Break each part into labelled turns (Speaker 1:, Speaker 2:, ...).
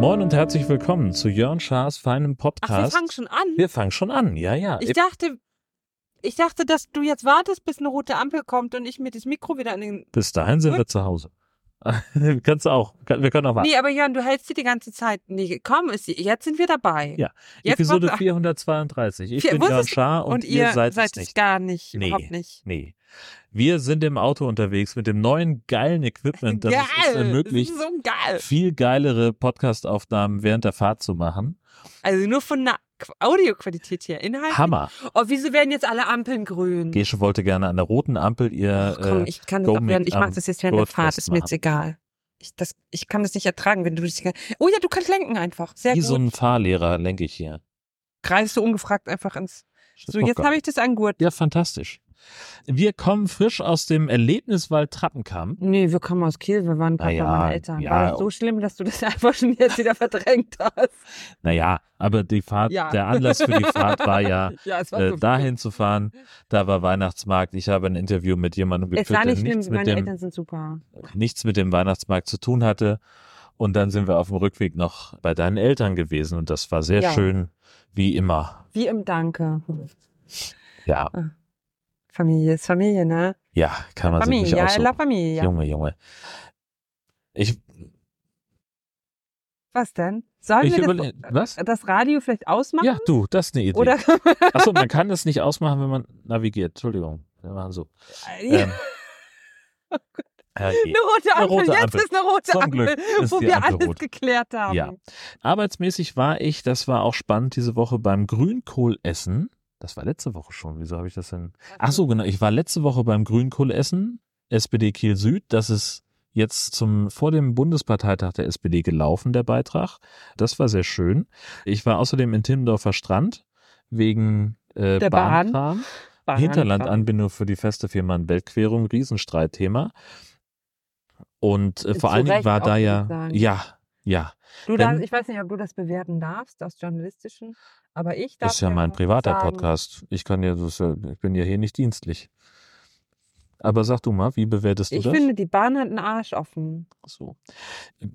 Speaker 1: Moin und herzlich willkommen zu Jörn Schaas feinem Podcast.
Speaker 2: Ach, wir fangen schon an.
Speaker 1: Wir fangen schon an, ja, ja.
Speaker 2: Ich dachte, ich dachte, dass du jetzt wartest, bis eine rote Ampel kommt und ich mir das Mikro wieder in den.
Speaker 1: Bis dahin sind
Speaker 2: Gut.
Speaker 1: wir zu Hause. Kannst du auch. Kann- Wir können auch warten.
Speaker 2: Nee, aber Jörn, du hältst dir die ganze Zeit. Nee, komm, ist, jetzt sind wir dabei.
Speaker 1: Ja,
Speaker 2: jetzt
Speaker 1: Episode
Speaker 2: macht's-
Speaker 1: 432. Ich
Speaker 2: Vier-
Speaker 1: bin
Speaker 2: wusstest-
Speaker 1: Jörn Schaar und, ihr seid, es nicht.
Speaker 2: gar nicht.
Speaker 1: Nee.
Speaker 2: Überhaupt nicht.
Speaker 1: Nee. Wir sind im Auto unterwegs mit dem neuen geilen Equipment, das es uns ermöglicht,
Speaker 2: Das ist so geil.
Speaker 1: viel geilere Podcast-Aufnahmen während der Fahrt zu machen.
Speaker 2: Also nur von der Qu- Audioqualität her. Inhalt.
Speaker 1: Hammer.
Speaker 2: Oh, wieso werden jetzt alle Ampeln grün?
Speaker 1: Gesche wollte gerne an der roten Ampel ihr.
Speaker 2: Ach, komm,
Speaker 1: äh,
Speaker 2: ich kann
Speaker 1: go
Speaker 2: das auch
Speaker 1: mit
Speaker 2: werden. Ich
Speaker 1: am
Speaker 2: mache das jetzt während der
Speaker 1: Gurt
Speaker 2: Fahrt. Ist mir jetzt
Speaker 1: festmachen.
Speaker 2: egal. Ich, das, ich kann das nicht ertragen, wenn du das. Oh ja, du kannst lenken einfach. Sehr
Speaker 1: wie
Speaker 2: gut.
Speaker 1: so ein Fahrlehrer lenke ich hier. Oh
Speaker 2: Greifst du ungefragt einfach ins. So, jetzt
Speaker 1: Hocker.
Speaker 2: habe ich das angurt.
Speaker 1: Ja, fantastisch. Wir kommen frisch aus dem Erlebniswald Trappenkamm.
Speaker 2: Nee, wir kommen aus Kiel, wir waren gerade
Speaker 1: Naja,
Speaker 2: bei meinen Eltern.
Speaker 1: ja.
Speaker 2: War das so schlimm, dass du das einfach schon jetzt wieder verdrängt hast?
Speaker 1: Naja, aber die Fahrt,
Speaker 2: Ja.
Speaker 1: der Anlass für die Fahrt war ja,
Speaker 2: Ja, es
Speaker 1: äh,
Speaker 2: so
Speaker 1: dahin zu fahren. Da war Weihnachtsmarkt. Ich habe ein Interview mit jemandem
Speaker 2: Es
Speaker 1: geführt,
Speaker 2: war
Speaker 1: der
Speaker 2: nicht schlimm,
Speaker 1: nichts
Speaker 2: meine
Speaker 1: mit, dem,
Speaker 2: Eltern sind super.
Speaker 1: nichts mit dem Weihnachtsmarkt zu tun hatte. Und dann sind wir auf dem Rückweg noch bei deinen Eltern gewesen. Und das war sehr
Speaker 2: Ja.
Speaker 1: schön, wie immer.
Speaker 2: Wie im Danke.
Speaker 1: Ja,
Speaker 2: Familie ist Familie, ne?
Speaker 1: ja, kann man sich nicht
Speaker 2: Familia,
Speaker 1: aussuchen.
Speaker 2: la Familia.
Speaker 1: Junge, Junge. Ich,
Speaker 2: Was denn? Sollen
Speaker 1: ich
Speaker 2: wir
Speaker 1: überlege, was?
Speaker 2: das, das Radio vielleicht ausmachen?
Speaker 1: Ja, du, das ist eine Idee.
Speaker 2: Oder
Speaker 1: Achso, man kann das nicht ausmachen, wenn man navigiert. Entschuldigung. Wir machen so. Ähm, äh, herrje.
Speaker 2: eine rote
Speaker 1: eine
Speaker 2: Ampel.
Speaker 1: rote
Speaker 2: jetzt
Speaker 1: Ampel.
Speaker 2: ist eine rote
Speaker 1: Zum
Speaker 2: Ampel,
Speaker 1: Glück ist
Speaker 2: wo
Speaker 1: die
Speaker 2: wir
Speaker 1: Ampel
Speaker 2: alles
Speaker 1: rot.
Speaker 2: geklärt haben.
Speaker 1: Ja. Arbeitsmäßig war ich, das war auch spannend, diese Woche beim Grünkohlessen. Das war letzte Woche schon. Wieso habe ich das denn? Ach so, genau. Ich war letzte Woche beim Grünkohlessen, SPD Kiel Süd. Das ist jetzt zum, vor dem Bundesparteitag der SPD gelaufen, der Beitrag. Das war sehr schön. Ich war außerdem in Timmendorfer Strand wegen äh,
Speaker 2: Der Bahn.
Speaker 1: Bahnkram.
Speaker 2: Bahn-
Speaker 1: Hinterlandanbindung für die feste Fehmarn Weltquerung, Riesenstreitthema. Und äh,
Speaker 2: Zu
Speaker 1: vor allen Dingen
Speaker 2: Recht
Speaker 1: war
Speaker 2: auch,
Speaker 1: da
Speaker 2: würde ich
Speaker 1: ja,
Speaker 2: sagen.
Speaker 1: ja, ja,
Speaker 2: Du darfst,
Speaker 1: Denn-
Speaker 2: ich weiß nicht, ob du das bewerten darfst aus journalistischen, aber ich darf
Speaker 1: das ist ja mein privater
Speaker 2: sagen,
Speaker 1: Podcast. Ich kann ja, das ist ja, ich bin ja hier nicht dienstlich. Aber sag du mal, wie bewertest du
Speaker 2: Ich
Speaker 1: das?
Speaker 2: finde, die Bahn hat einen Arsch offen.
Speaker 1: so.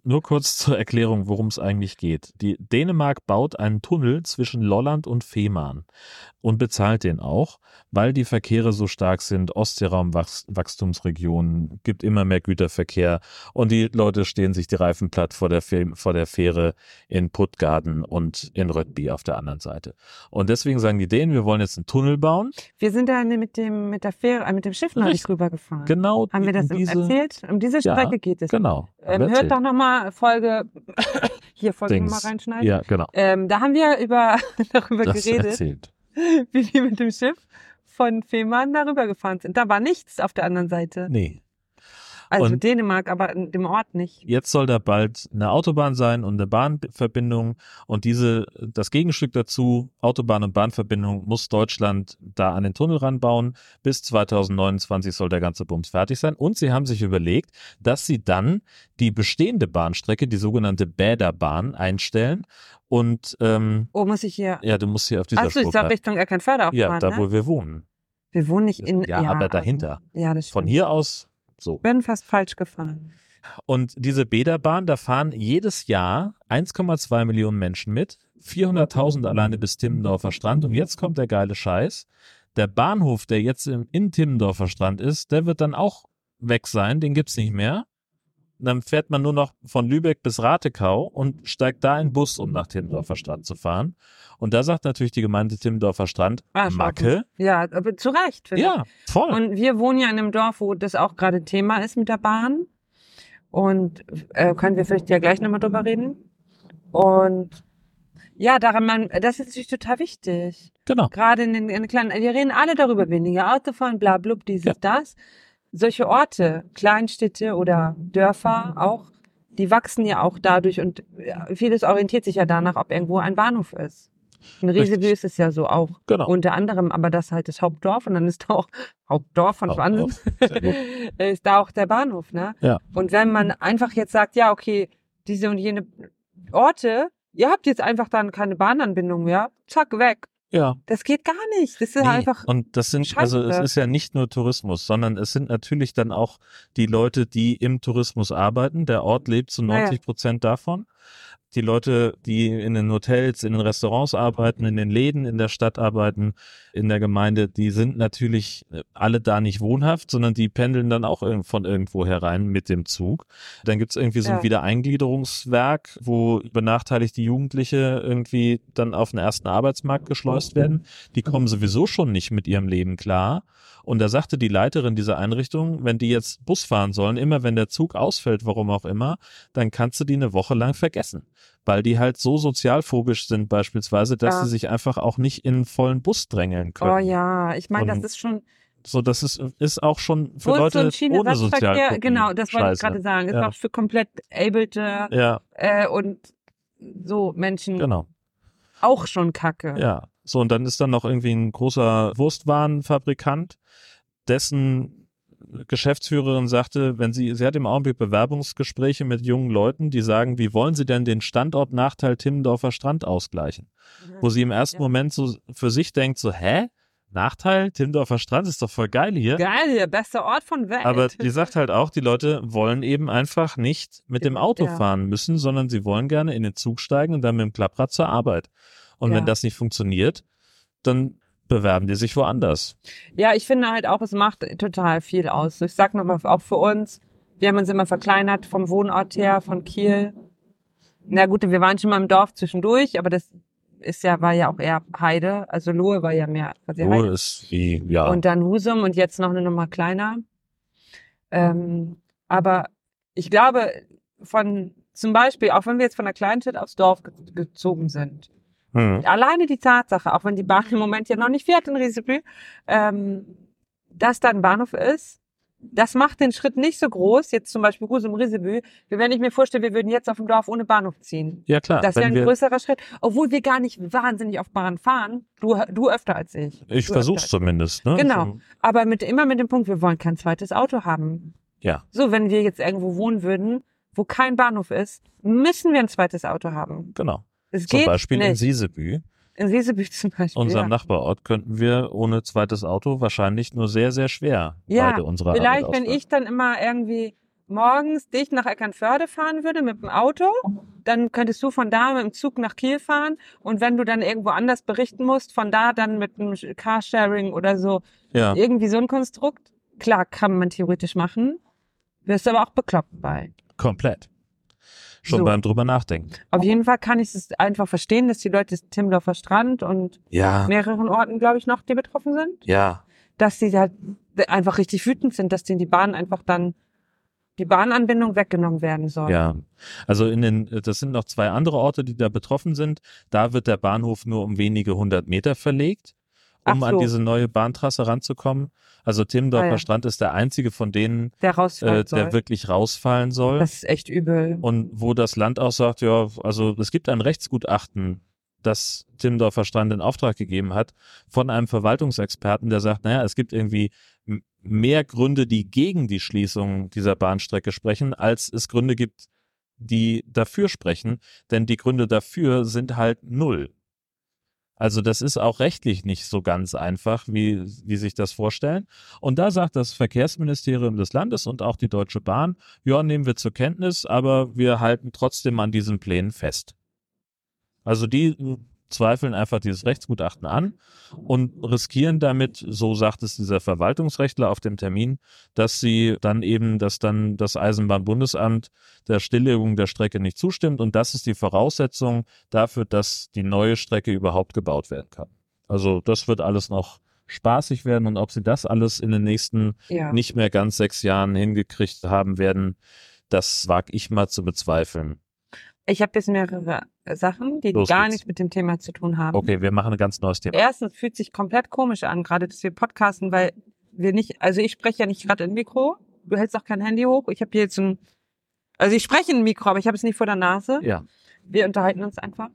Speaker 1: Nur kurz zur Erklärung, worum es eigentlich geht. Die Dänemark baut einen Tunnel zwischen Lolland und Fehmarn und bezahlt den auch, weil die Verkehre so stark sind. Ostseeraumwachstumsregionen gibt immer mehr Güterverkehr und die Leute stehen sich die Reifen platt vor der, Fe vor der Fähre in Puttgarden und in Rödby auf der anderen Seite. Und deswegen sagen die Dänen, wir wollen jetzt einen Tunnel bauen.
Speaker 2: Wir sind da mit dem, mit der Fähre, äh, mit dem Schiff noch
Speaker 1: Richtig.
Speaker 2: nicht rübergefahren.
Speaker 1: Genau
Speaker 2: Haben wir das
Speaker 1: um
Speaker 2: im-
Speaker 1: diese,
Speaker 2: erzählt? Um diese
Speaker 1: Ja,
Speaker 2: Strecke geht es.
Speaker 1: Genau.
Speaker 2: Ähm, hört doch nochmal Folge, hier Folge
Speaker 1: Dings.
Speaker 2: nochmal reinschneiden.
Speaker 1: ja, genau.
Speaker 2: Ähm, da haben wir über, darüber
Speaker 1: Das
Speaker 2: geredet,
Speaker 1: erzählt.
Speaker 2: wie wir mit dem Schiff von Fehmarn darüber gefahren sind. Da war nichts auf der anderen Seite.
Speaker 1: Nee.
Speaker 2: Also
Speaker 1: Und-
Speaker 2: Dänemark, aber in dem Ort nicht.
Speaker 1: Jetzt soll da bald eine Autobahn sein und eine Bahnverbindung. Und diese, das Gegenstück dazu, Autobahn und Bahnverbindung, muss Deutschland da an den Tunnel ranbauen. Bis 2029 soll der ganze Bums fertig sein. Und sie haben sich überlegt, dass sie dann die bestehende Bahnstrecke, die sogenannte Bäderbahn, einstellen. Und ähm,
Speaker 2: Oh, muss ich hier.
Speaker 1: ja, du musst hier auf dieser
Speaker 2: Achso, ich
Speaker 1: Spur
Speaker 2: soll
Speaker 1: bleiben.
Speaker 2: Richtung Eckernförder auch
Speaker 1: Ja,
Speaker 2: fahren,
Speaker 1: da
Speaker 2: ne?
Speaker 1: wo wir wohnen.
Speaker 2: Wir wohnen nicht in.
Speaker 1: Ja, aber dahinter.
Speaker 2: Also, ja, das stimmt.
Speaker 1: Von hier aus so.
Speaker 2: Ich bin fast falsch gefahren.
Speaker 1: Und diese Bäderbahn, da fahren jedes Jahr 1,2 Millionen Menschen mit, 400.000 alleine bis Timmendorfer Strand. Und jetzt kommt der geile Scheiß. Der Bahnhof, der jetzt im, in Timmendorfer Strand ist, der wird dann auch weg sein, den gibt's nicht mehr. Und dann fährt man nur noch von Lübeck bis Ratekau und steigt da in den Bus, um nach Timmendorfer Strand zu fahren. Und da sagt natürlich die Gemeinde Timmendorfer Strand,
Speaker 2: Ah, schau.
Speaker 1: Macke.
Speaker 2: Ja, aber zu Recht. finde
Speaker 1: Ja, voll.
Speaker 2: ich. Und wir wohnen ja in einem Dorf, wo das auch gerade Thema ist mit der Bahn. Und äh, können wir vielleicht ja gleich nochmal drüber reden. Und ja, daran man, das ist natürlich total wichtig.
Speaker 1: genau.
Speaker 2: Gerade in den, in den kleinen, wir reden alle darüber, weniger Autofahren, bla blub, dieses,
Speaker 1: Ja.
Speaker 2: das. Solche Orte, Kleinstädte oder Dörfer auch, die wachsen ja auch dadurch und ja, vieles orientiert sich ja danach, ob irgendwo ein Bahnhof ist. In
Speaker 1: Richtig.
Speaker 2: Riesebü ist es ja so auch.
Speaker 1: Genau.
Speaker 2: Unter anderem, aber das ist halt das Hauptdorf und dann ist da auch Hauptdorf von Schwansen
Speaker 1: Sehr gut.
Speaker 2: ist da auch der Bahnhof, ne?
Speaker 1: Ja.
Speaker 2: Und wenn man einfach jetzt sagt, ja, okay, diese und jene Orte, ihr habt jetzt einfach dann keine Bahnanbindung mehr, zack, weg.
Speaker 1: Ja.
Speaker 2: Das geht gar nicht. Das ist
Speaker 1: Nee.
Speaker 2: einfach.
Speaker 1: und das sind, also es
Speaker 2: Scheiße.
Speaker 1: ist ja nicht nur Tourismus, sondern es sind natürlich dann auch die Leute, die im Tourismus arbeiten. Der Ort lebt zu
Speaker 2: Naja.
Speaker 1: 90 Prozent davon. Die Leute, die in den Hotels, in den Restaurants arbeiten, in den Läden in der Stadt arbeiten, in der Gemeinde, die sind natürlich äh, alle da nicht wohnhaft, sondern die pendeln dann auch irgend- von irgendwo herein mit dem Zug. Dann gibt's irgendwie so ein
Speaker 2: Ja.
Speaker 1: Wiedereingliederungswerk, wo benachteiligte Jugendliche irgendwie dann auf den ersten Arbeitsmarkt
Speaker 2: Mhm.
Speaker 1: geschleust werden. Die kommen sowieso schon nicht mit ihrem Leben klar. Und da sagte die Leiterin dieser Einrichtung, wenn die jetzt Bus fahren sollen, immer wenn der Zug ausfällt, warum auch immer, dann kannst du die eine Woche lang vergessen. Weil die halt so sozialphobisch sind beispielsweise, dass
Speaker 2: Ja.
Speaker 1: sie sich einfach auch nicht in einen vollen Bus drängeln können.
Speaker 2: Oh ja, ich meine,
Speaker 1: Und
Speaker 2: das ist schon
Speaker 1: So, das ist, ist auch schon für
Speaker 2: Bus
Speaker 1: Leute
Speaker 2: und Schiene,
Speaker 1: ohne
Speaker 2: Sachverkehr,
Speaker 1: Sozialphobie.
Speaker 2: Genau, das wollte ich
Speaker 1: Scheiße.
Speaker 2: gerade sagen. Ist
Speaker 1: Ja.
Speaker 2: auch für komplett abelte
Speaker 1: Ja,
Speaker 2: äh, und so Menschen
Speaker 1: genau.
Speaker 2: auch schon Kacke.
Speaker 1: Ja. So, und dann ist dann noch irgendwie ein großer Wurstwarenfabrikant, dessen Geschäftsführerin sagte, wenn sie, sie hat im Augenblick Bewerbungsgespräche mit jungen Leuten, die sagen, wie wollen sie denn den Standortnachteil Timmendorfer Strand ausgleichen? Wo sie im ersten
Speaker 2: Ja.
Speaker 1: Moment so für sich denkt, so, hä? Nachteil? Timmendorfer Strand ist doch voll geil hier.
Speaker 2: Geil, der beste Ort von Welt.
Speaker 1: Aber die sagt halt auch, die Leute wollen eben einfach nicht mit dem Auto
Speaker 2: Ja.
Speaker 1: fahren müssen, sondern sie wollen gerne in den Zug steigen und dann mit dem Klapprad zur Arbeit. Und
Speaker 2: Ja.
Speaker 1: wenn das nicht funktioniert, dann bewerben die sich woanders.
Speaker 2: Ja, ich finde halt auch, es macht total viel aus. Ich sag nochmal, auch für uns, wir haben uns immer verkleinert vom Wohnort her, von Kiel. Na gut, wir waren schon mal im Dorf zwischendurch, aber das ist ja, war ja auch eher Heide. Also Lohe war ja mehr quasi
Speaker 1: So
Speaker 2: Heide.
Speaker 1: ist wie, ja.
Speaker 2: Und dann Husum und jetzt noch eine Nummer kleiner. Ähm, aber ich glaube, von zum Beispiel, auch wenn wir jetzt von der Kleinstadt aufs Dorf ge gezogen sind,
Speaker 1: hm.
Speaker 2: alleine die Tatsache, auch wenn die Bahn im Moment ja noch nicht fährt in Riesebü, ähm, dass da ein Bahnhof ist, das macht den Schritt nicht so groß, jetzt zum Beispiel Husum Riesebü, wie wenn ich mir vorstelle, wir würden jetzt auf dem Dorf ohne Bahnhof ziehen.
Speaker 1: Ja klar,
Speaker 2: Das wäre
Speaker 1: wenn
Speaker 2: ein
Speaker 1: wir,
Speaker 2: größerer Schritt, obwohl wir gar nicht wahnsinnig auf Bahn fahren. Du, du öfter als ich.
Speaker 1: ich
Speaker 2: Du
Speaker 1: versuch's
Speaker 2: öfter.
Speaker 1: zumindest. Ne?
Speaker 2: Genau.
Speaker 1: So,
Speaker 2: Aber mit, immer mit dem Punkt, wir wollen kein zweites Auto haben.
Speaker 1: Ja.
Speaker 2: So, wenn wir jetzt irgendwo wohnen würden, wo kein Bahnhof ist, müssen wir ein zweites Auto haben.
Speaker 1: genau.
Speaker 2: Es
Speaker 1: Zum
Speaker 2: geht
Speaker 1: Beispiel in
Speaker 2: nicht.
Speaker 1: Siesebü,
Speaker 2: in Riesebü zum Beispiel.
Speaker 1: unserem
Speaker 2: ja.
Speaker 1: Nachbarort, könnten wir ohne zweites Auto wahrscheinlich nur sehr, sehr schwer
Speaker 2: Ja,
Speaker 1: beide unsere Arbeit
Speaker 2: Vielleicht, wenn
Speaker 1: ausführen.
Speaker 2: ich dann immer irgendwie morgens dich nach Eckernförde fahren würde mit dem Auto, dann könntest du von da mit dem Zug nach Kiel fahren. Und wenn du dann irgendwo anders berichten musst, von da dann mit einem Carsharing oder so,
Speaker 1: Ja,
Speaker 2: irgendwie so ein Konstrukt. Klar, kann man theoretisch machen. Wirst aber auch bekloppt bei.
Speaker 1: komplett. Schon
Speaker 2: So.
Speaker 1: beim drüber nachdenken.
Speaker 2: Auf jeden Fall kann ich es einfach verstehen, dass die Leute des Timmendorfer Strand und
Speaker 1: Ja,
Speaker 2: mehreren Orten, glaube ich, noch, die betroffen sind,
Speaker 1: ja.
Speaker 2: dass sie halt einfach richtig wütend sind, dass denen die Bahn einfach dann die Bahnanbindung weggenommen werden soll.
Speaker 1: Ja, also in den, das sind noch zwei andere Orte, die da betroffen sind. Da wird der Bahnhof nur um wenige hundert Meter verlegt, um
Speaker 2: Ach
Speaker 1: an
Speaker 2: so.
Speaker 1: diese neue Bahntrasse ranzukommen. Also Timmendorfer
Speaker 2: Ah ja.
Speaker 1: Strand ist der einzige von denen,
Speaker 2: Der rausfällt.
Speaker 1: äh, der
Speaker 2: soll.
Speaker 1: wirklich rausfallen soll.
Speaker 2: Das ist echt übel.
Speaker 1: und wo das Land auch sagt, ja, also es gibt ein Rechtsgutachten, das Timmendorfer Strand in Auftrag gegeben hat, von einem Verwaltungsexperten, der sagt, naja, es gibt irgendwie m- mehr Gründe, die gegen die Schließung dieser Bahnstrecke sprechen, als es Gründe gibt, die dafür sprechen, denn die Gründe dafür sind halt null. Also das ist auch rechtlich nicht so ganz einfach, wie, wie sich das vorstellen. Und da sagt das Verkehrsministerium des Landes und auch die Deutsche Bahn, ja, nehmen wir zur Kenntnis, aber wir halten trotzdem an diesen Plänen fest. Also die mh, zweifeln einfach dieses Rechtsgutachten an und riskieren damit, so sagt es dieser Verwaltungsrechtler auf dem Termin, dass sie dann eben, dass dann das Eisenbahnbundesamt der Stilllegung der Strecke nicht zustimmt und das ist die Voraussetzung dafür, dass die neue Strecke überhaupt gebaut werden kann. Also das wird alles noch spaßig werden und ob sie das alles in den nächsten
Speaker 2: Ja.
Speaker 1: nicht mehr ganz sechs Jahren hingekriegt haben werden, das wage ich mal zu bezweifeln.
Speaker 2: Ich habe jetzt mehrere Sachen, die
Speaker 1: Los
Speaker 2: gar
Speaker 1: geht's.
Speaker 2: nichts mit dem Thema zu tun haben.
Speaker 1: Okay, wir machen ein ganz neues Thema.
Speaker 2: Erstens fühlt sich komplett komisch an, gerade dass wir podcasten, weil wir nicht, also ich spreche ja nicht gerade in Mikro. Du hältst auch kein Handy hoch. Ich habe hier jetzt ein, also ich spreche in ein Mikro, aber ich habe es nicht vor der Nase.
Speaker 1: Ja.
Speaker 2: Wir unterhalten uns einfach.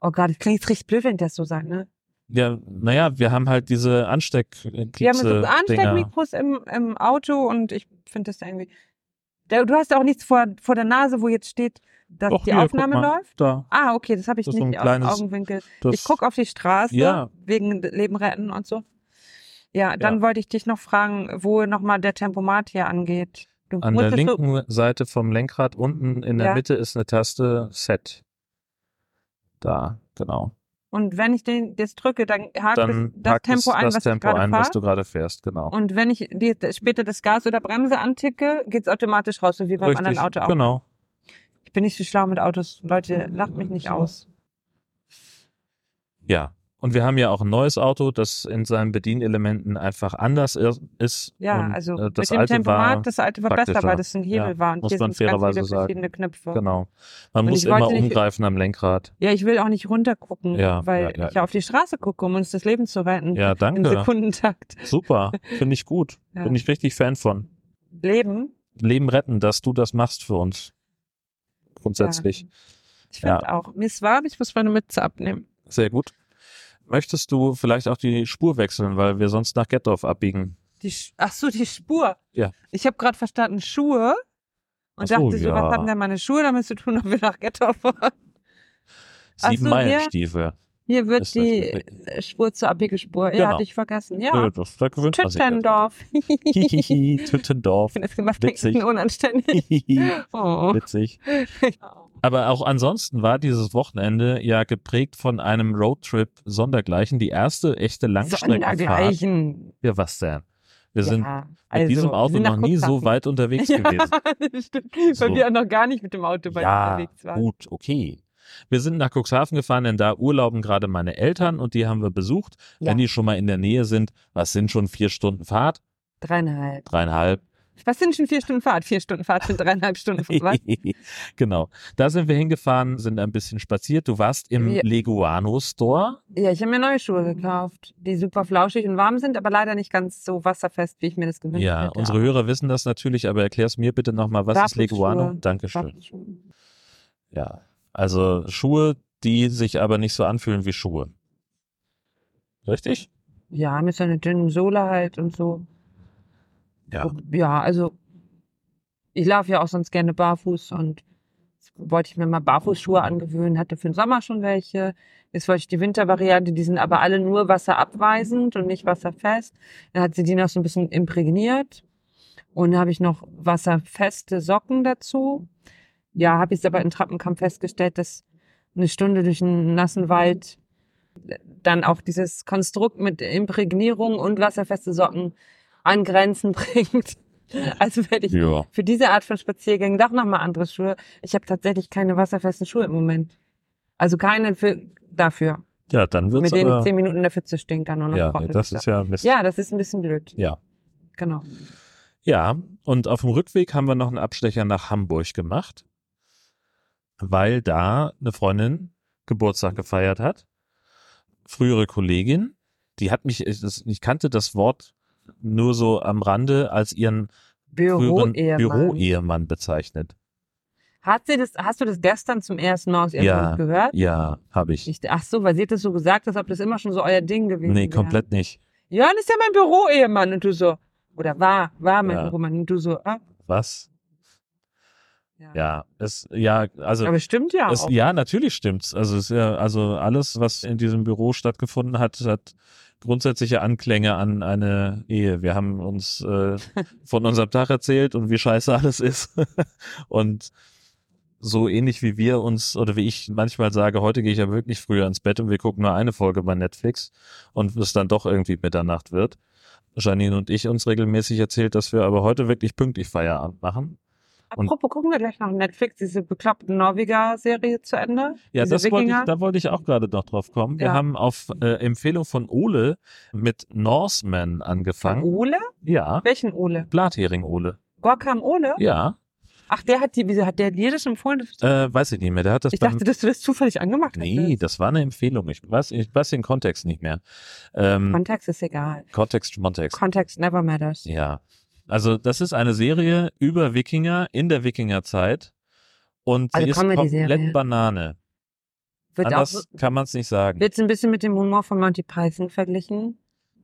Speaker 2: Oh Gott, das klingt jetzt richtig blöd, wenn ich das so sage, ne?
Speaker 1: Ja, naja, wir haben halt diese Ansteck äh,
Speaker 2: Wir haben so
Speaker 1: Dinger.
Speaker 2: Ansteckmikros im, im Auto und ich finde das irgendwie. Da- Du hast auch nichts vor, vor der Nase, wo jetzt steht, dass
Speaker 1: Och,
Speaker 2: die
Speaker 1: hier, guck
Speaker 2: Aufnahme
Speaker 1: mal,
Speaker 2: läuft?
Speaker 1: Da.
Speaker 2: Ah, okay, das habe ich
Speaker 1: Das ist
Speaker 2: nicht
Speaker 1: so ein
Speaker 2: aus dem
Speaker 1: kleines-
Speaker 2: Augenwinkel.
Speaker 1: Das,
Speaker 2: Ich gucke auf die Straße
Speaker 1: Ja.
Speaker 2: wegen Leben retten und so. Ja, dann wollte ich dich noch fragen, wo nochmal der Tempomat hier angeht. Du
Speaker 1: An der
Speaker 2: musstest so-
Speaker 1: linken Seite vom Lenkrad unten in der
Speaker 2: Ja.
Speaker 1: Mitte ist eine Taste Set. Da, genau.
Speaker 2: Und wenn ich den jetzt drücke, dann hakt
Speaker 1: Dann
Speaker 2: es das
Speaker 1: packt es
Speaker 2: Tempo ein,
Speaker 1: das
Speaker 2: was
Speaker 1: Tempo
Speaker 2: ich gerade
Speaker 1: ein,
Speaker 2: fahre.
Speaker 1: was du gerade fährst, genau.
Speaker 2: Und wenn ich die, später das Gas oder Bremse anticke, geht's automatisch raus, so wie beim anderen Auto auch.
Speaker 1: genau.
Speaker 2: Ich bin nicht so schlau mit Autos. Leute, lacht mich nicht aus.
Speaker 1: Ja. Und wir haben ja auch ein neues Auto, das in seinen Bedienelementen einfach anders ir- ist.
Speaker 2: Ja,
Speaker 1: und,
Speaker 2: also
Speaker 1: äh, das
Speaker 2: mit dem
Speaker 1: alte war,
Speaker 2: Tempomat, das alte war besser,
Speaker 1: praktischer.
Speaker 2: weil das ein Hebel
Speaker 1: Ja,
Speaker 2: war und
Speaker 1: muss
Speaker 2: hier
Speaker 1: man
Speaker 2: sind ganz
Speaker 1: fairerweise
Speaker 2: viele
Speaker 1: sagen.
Speaker 2: verschiedene Knöpfe.
Speaker 1: genau. Man
Speaker 2: Und
Speaker 1: muss
Speaker 2: ich
Speaker 1: immer
Speaker 2: wollte nicht-
Speaker 1: umgreifen am Lenkrad.
Speaker 2: Ja, ich will auch nicht runtergucken,
Speaker 1: Ja,
Speaker 2: weil
Speaker 1: ja, ja.
Speaker 2: ich ja auf die Straße gucke, um uns das Leben zu retten.
Speaker 1: Ja,
Speaker 2: Im
Speaker 1: danke.
Speaker 2: Sekundentakt.
Speaker 1: Super, finde ich gut.
Speaker 2: Ja.
Speaker 1: Bin ich richtig Fan von.
Speaker 2: Leben.
Speaker 1: Leben retten, dass du das machst für uns. Grundsätzlich.
Speaker 2: Ich finde auch. Mir ist warm, ich muss meine Mütze abnehmen.
Speaker 1: Sehr gut. Möchtest du vielleicht auch die Spur wechseln, weil wir sonst nach Gettorf abbiegen?
Speaker 2: Die, Sch- ach so, die Spur.
Speaker 1: Ja.
Speaker 2: Ich habe gerade verstanden, Schuhe. Und
Speaker 1: Ach so,
Speaker 2: dachte so,
Speaker 1: ja.
Speaker 2: was haben denn meine Schuhe damit zu tun, ob wir nach Ghetto fahren? Ach
Speaker 1: Sieben
Speaker 2: so,
Speaker 1: Meilen
Speaker 2: hier?
Speaker 1: Stiefel.
Speaker 2: Hier wird
Speaker 1: Ist das
Speaker 2: die Spur zur Abbiegespur. Ja,
Speaker 1: Genau.
Speaker 2: hatte ich vergessen.
Speaker 1: Nö,
Speaker 2: Ja.
Speaker 1: das, da gewöhnt man sich
Speaker 2: Tüttendorf.
Speaker 1: jetzt.
Speaker 2: ich
Speaker 1: Hihihi, Tüttendorf.
Speaker 2: bin das gemacht,
Speaker 1: Witzig.
Speaker 2: bin unanständig.
Speaker 1: Hihihi,
Speaker 2: Oh.
Speaker 1: Witzig. Aber auch ansonsten war dieses Wochenende ja geprägt von einem Roadtrip sondergleichen. Die erste echte Langstreckenfahrt.
Speaker 2: Sondergleichen.
Speaker 1: Ja, was denn? Wir sind mit
Speaker 2: ja, also,
Speaker 1: diesem Auto
Speaker 2: wir sind
Speaker 1: noch
Speaker 2: nach
Speaker 1: nie so
Speaker 2: Cuxhaven.
Speaker 1: weit unterwegs
Speaker 2: ja,
Speaker 1: gewesen.
Speaker 2: das stimmt. Weil
Speaker 1: So.
Speaker 2: wir auch noch gar nicht mit dem Auto bei
Speaker 1: ja,
Speaker 2: unterwegs waren.
Speaker 1: gut, okay. Wir sind nach Cuxhaven gefahren, denn da urlauben gerade meine Eltern und die haben wir besucht.
Speaker 2: Ja.
Speaker 1: Wenn die schon mal in der Nähe sind, was sind schon vier Stunden Fahrt?
Speaker 2: Dreieinhalb.
Speaker 1: Dreieinhalb.
Speaker 2: Was sind schon vier Stunden Fahrt? Vier Stunden Fahrt sind dreieinhalb Stunden Fahrt.
Speaker 1: genau. Da sind wir hingefahren, sind ein bisschen spaziert. Du warst im
Speaker 2: Ja.
Speaker 1: Leguano Store.
Speaker 2: Ja, ich habe mir neue
Speaker 1: Mhm.
Speaker 2: Schuhe gekauft, die super flauschig und warm sind, aber leider nicht ganz so wasserfest, wie ich mir das gewünscht
Speaker 1: Ja,
Speaker 2: hätte.
Speaker 1: unsere Hörer wissen das natürlich, aber erklär's mir bitte nochmal, was ist
Speaker 2: Barfußschuhe.
Speaker 1: Leguano? Dankeschön. Ja. Also Schuhe, die sich aber nicht so anfühlen wie Schuhe. Richtig?
Speaker 2: Ja, mit so einer dünnen Sohle halt und so.
Speaker 1: Ja.
Speaker 2: Ja, also ich laufe ja auch sonst gerne barfuß und jetzt wollte ich mir mal Barfußschuhe angewöhnen, hatte für den Sommer schon welche. Jetzt wollte ich die Wintervariante, die sind aber alle nur wasserabweisend und nicht wasserfest. Dann hat sie die noch so ein bisschen imprägniert und dann habe ich noch wasserfeste Socken dazu. Ja, habe ich aber in Trappenkamp festgestellt, dass eine Stunde durch einen nassen Wald äh, dann auch dieses Konstrukt mit Imprägnierung und wasserfeste Socken an Grenzen bringt. Also werde ich
Speaker 1: Ja.
Speaker 2: für diese Art von Spaziergängen doch nochmal andere Schuhe. Ich habe tatsächlich keine wasserfesten Schuhe im Moment. Also keine für, dafür,
Speaker 1: Ja, dann wird's
Speaker 2: mit denen
Speaker 1: aber,
Speaker 2: ich zehn Minuten dafür zu stehen kann und noch
Speaker 1: Ja,
Speaker 2: kochen
Speaker 1: nee, das
Speaker 2: muss.
Speaker 1: ist ja Mist.
Speaker 2: ja, das ist ein bisschen blöd.
Speaker 1: Ja.
Speaker 2: Genau.
Speaker 1: Ja, und auf dem Rückweg haben wir noch einen Abstecher nach Hamburg gemacht, weil da eine Freundin Geburtstag gefeiert hat. Frühere Kollegin, die hat mich, ich, das- ich kannte das Wort nur so am Rande als ihren früheren
Speaker 2: Büroehemann.
Speaker 1: Büroehemann bezeichnet.
Speaker 2: Hat sie das, hast du das gestern zum ersten Mal aus ihrem
Speaker 1: Ja.
Speaker 2: Mund gehört?
Speaker 1: Ja, habe ich.
Speaker 2: Ich, ach so, weil sie hat das so gesagt, als ob das immer schon so euer Ding gewesen wäre.
Speaker 1: nee, komplett nicht.
Speaker 2: Jörn ist ja mein Büroehemann und du so, oder war, war mein
Speaker 1: Ja.
Speaker 2: Büromann und du so, ah,
Speaker 1: Was?
Speaker 2: ja.
Speaker 1: Ja, es, ja, also.
Speaker 2: Aber stimmt ja
Speaker 1: Es,
Speaker 2: auch.
Speaker 1: ja, natürlich stimmt's. Also es ist ja, also alles, was in diesem Büro stattgefunden hat, hat grundsätzliche Anklänge an eine Ehe. Wir haben uns äh, von unserem Tag erzählt und wie scheiße alles ist. und so ähnlich wie wir uns oder wie ich manchmal sage, heute gehe ich ja wirklich früher ins Bett und wir gucken nur eine Folge bei Netflix und es dann doch irgendwie Mitternacht wird. Janine und ich uns regelmäßig erzählt, dass wir aber heute wirklich pünktlich Feierabend machen. und-
Speaker 2: Apropos, gucken wir gleich noch Netflix, diese bekloppte Norweger-Serie zu Ende.
Speaker 1: Ja,
Speaker 2: diese
Speaker 1: das wollte ich,
Speaker 2: Wikinger.
Speaker 1: da wollte ich auch gerade noch drauf kommen. Wir
Speaker 2: Ja.
Speaker 1: haben auf äh, Empfehlung von Ole mit Norseman angefangen.
Speaker 2: Ole?
Speaker 1: Ja,
Speaker 2: Welchen Ole?
Speaker 1: Blathering Ole.
Speaker 2: Gorkam Ole?
Speaker 1: Ja,
Speaker 2: Ach, der hat die, wieso hat der dir das empfohlen? Das-
Speaker 1: äh, weiß ich nicht mehr. Der hat das
Speaker 2: Ich
Speaker 1: beim
Speaker 2: dachte, dass du das zufällig angemacht hast.
Speaker 1: Nee, das war eine Empfehlung. Ich weiß, ich weiß den Kontext nicht mehr. Ähm,
Speaker 2: Kontext ist egal.
Speaker 1: Kontext, Kontext.
Speaker 2: Kontext never matters.
Speaker 1: Ja. Also, das ist eine Serie über Wikinger in der Wingerzeit. Und
Speaker 2: Also
Speaker 1: sie ist
Speaker 2: Comedy-Serie.
Speaker 1: komplett Banane.
Speaker 2: Wird auch,
Speaker 1: Anders kann man es nicht sagen.
Speaker 2: wird's ein bisschen mit dem Humor von Monty Python verglichen?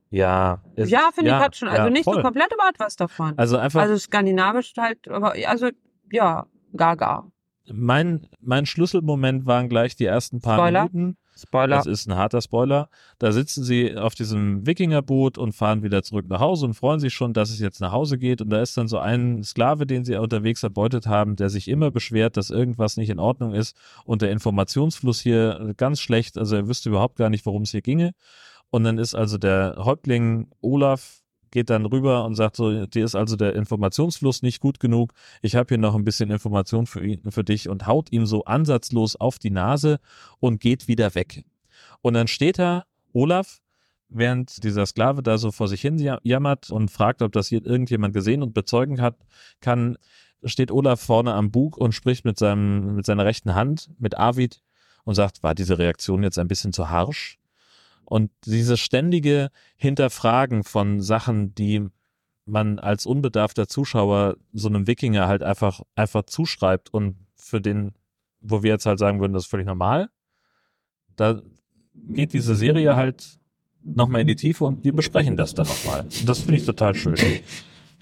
Speaker 1: Ja, es-
Speaker 2: ja, finde ich hat schon. Also
Speaker 1: ja,
Speaker 2: nicht so
Speaker 1: voll.
Speaker 2: komplett, aber hat was davon.
Speaker 1: Also einfach
Speaker 2: Also skandinavisch halt, aber also ja, gaga.
Speaker 1: mein, mein Schlüsselmoment waren gleich die ersten paar
Speaker 2: Spoiler.
Speaker 1: Minuten.
Speaker 2: Spoiler.
Speaker 1: Das ist ein harter Spoiler. Da sitzen sie auf diesem Wikingerboot und fahren wieder zurück nach Hause und freuen sich schon, dass es jetzt nach Hause geht. Und da ist dann so ein Sklave, den sie unterwegs erbeutet haben, der sich immer beschwert, dass irgendwas nicht in Ordnung ist und der Informationsfluss hier ganz schlecht. Also er wüsste überhaupt gar nicht, worum es hier ginge. Und dann ist also der Häuptling Olaf geht dann rüber und sagt so, dir ist also der Informationsfluss nicht gut genug. Ich habe hier noch ein bisschen Information für, ihn, für dich und haut ihm so ansatzlos auf die Nase und geht wieder weg. Und dann steht da Olaf, während dieser Sklave da so vor sich hin ja- jammert und fragt, ob das hier irgendjemand gesehen und bezeugen hat, kann, steht Olaf vorne am Bug und spricht mit seinem, mit seiner rechten Hand, mit Arvid und sagt, war diese Reaktion jetzt ein bisschen zu harsch? Und dieses ständige Hinterfragen von Sachen, die man als unbedarfter Zuschauer so einem Wikinger halt einfach, einfach zuschreibt und für den, wo wir jetzt halt sagen würden, das ist völlig normal. Da geht diese Serie halt nochmal in die Tiefe und wir besprechen das dann nochmal. Und Das finde ich total schön.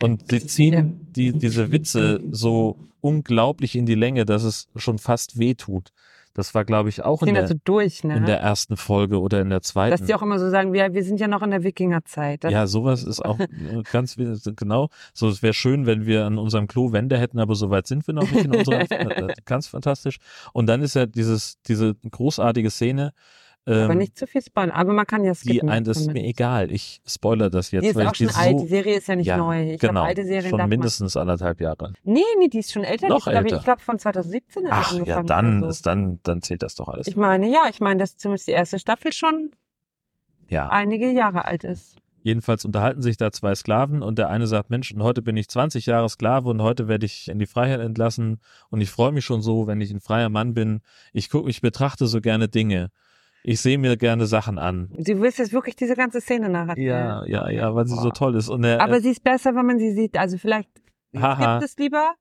Speaker 1: Und sie ziehen die, diese Witze so unglaublich in die Länge, dass es schon fast weh tut. Das war, glaube ich, auch in
Speaker 2: Ziehen
Speaker 1: der,
Speaker 2: das so durch,
Speaker 1: in der
Speaker 2: ne?
Speaker 1: ersten Folge oder in der zweiten.
Speaker 2: Dass die auch immer so sagen, wir, wir sind ja noch in der Wikingerzeit. Das-
Speaker 1: Ja, sowas ist auch äh, ganz wes- genau. So, es wäre schön, wenn wir an unserem Klo Wände hätten, aber so weit sind wir noch nicht in unserer. äh, ganz fantastisch. Und dann ist ja dieses, diese großartige Szene,
Speaker 2: aber
Speaker 1: ähm,
Speaker 2: nicht zu viel spoilern. Aber man kann ja
Speaker 1: die
Speaker 2: skippen.
Speaker 1: ein, das ist
Speaker 2: damit.
Speaker 1: mir egal. Ich spoiler das jetzt,
Speaker 2: die ist
Speaker 1: weil
Speaker 2: auch
Speaker 1: ich die
Speaker 2: schon alt. Die
Speaker 1: so.
Speaker 2: Serie ist ja nicht
Speaker 1: ja,
Speaker 2: neu. Ich
Speaker 1: genau,
Speaker 2: glaube, alte Serien darf
Speaker 1: schon mindestens anderthalb Jahre.
Speaker 2: man. Nee, nee, die ist schon älter.
Speaker 1: Noch
Speaker 2: die ist, glaub
Speaker 1: älter.
Speaker 2: Ich, ich glaube, von 2017 hat die
Speaker 1: Ach ja,
Speaker 2: angefangen
Speaker 1: dann
Speaker 2: oder so.
Speaker 1: ist dann, dann zählt das doch alles.
Speaker 2: also Ich meine, ja, ich meine, dass zumindest die erste Staffel schon
Speaker 1: Ja.
Speaker 2: einige Jahre alt ist.
Speaker 1: Jedenfalls unterhalten sich da zwei Sklaven und der eine sagt, Mensch, und heute bin ich 20 Jahre Sklave und heute werde ich in die Freiheit entlassen und ich freue mich schon so, wenn ich ein freier Mann bin. Ich gucke, ich betrachte so gerne Dinge. Ich sehe mir gerne Sachen an.
Speaker 2: Du willst jetzt wirklich diese ganze Szene nacherzählen.
Speaker 1: Ja, ja, ja, weil sie so toll ist. Und er,
Speaker 2: Aber sie ist besser, wenn man sie sieht. Also vielleicht
Speaker 1: Haha.
Speaker 2: skippt es lieber.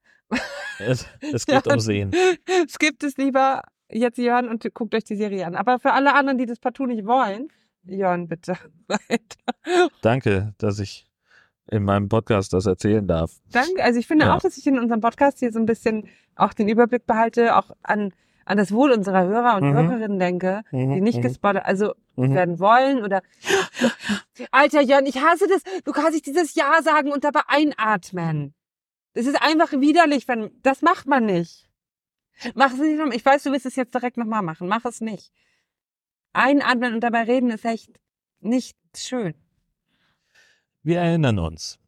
Speaker 1: es, es geht um Sehen.
Speaker 2: skippt es lieber jetzt Jörn und guckt euch die Serie an. Aber für alle anderen, die das partout nicht wollen, Jörn, bitte. weiter.
Speaker 1: Danke, dass ich in meinem Podcast das erzählen darf.
Speaker 2: Danke. Also ich finde
Speaker 1: Ja.
Speaker 2: auch, dass ich in unserem Podcast hier so ein bisschen auch den Überblick behalte, auch an, an das Wohl unserer Hörer und
Speaker 1: Mhm.
Speaker 2: Hörerinnen denke, die nicht gespoilert, also
Speaker 1: Mhm.
Speaker 2: werden wollen oder Alter Jörn, ich hasse das. Du kannst dich dieses Ja sagen und dabei einatmen. Das ist einfach widerlich, wenn das macht man nicht. Mach es nicht nochmal. Ich weiß, du willst es jetzt direkt nochmal machen. Mach es nicht. Einatmen und dabei reden ist echt nicht schön.
Speaker 1: Wir erinnern uns.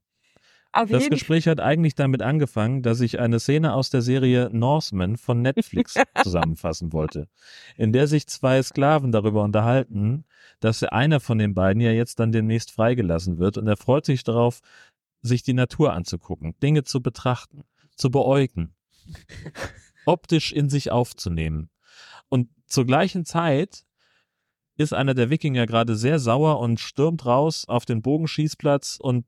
Speaker 2: Auf
Speaker 1: Das
Speaker 2: jeden
Speaker 1: Gespräch hat eigentlich damit angefangen, dass ich eine Szene aus der Serie Norseman von Netflix zusammenfassen wollte, in der sich zwei Sklaven darüber unterhalten, dass einer von den beiden ja jetzt dann demnächst freigelassen wird und er freut sich darauf, sich die Natur anzugucken, Dinge zu betrachten, zu beäugen, optisch in sich aufzunehmen. Und zur gleichen Zeit ist einer der Wikinger gerade sehr sauer und stürmt raus auf den Bogenschießplatz und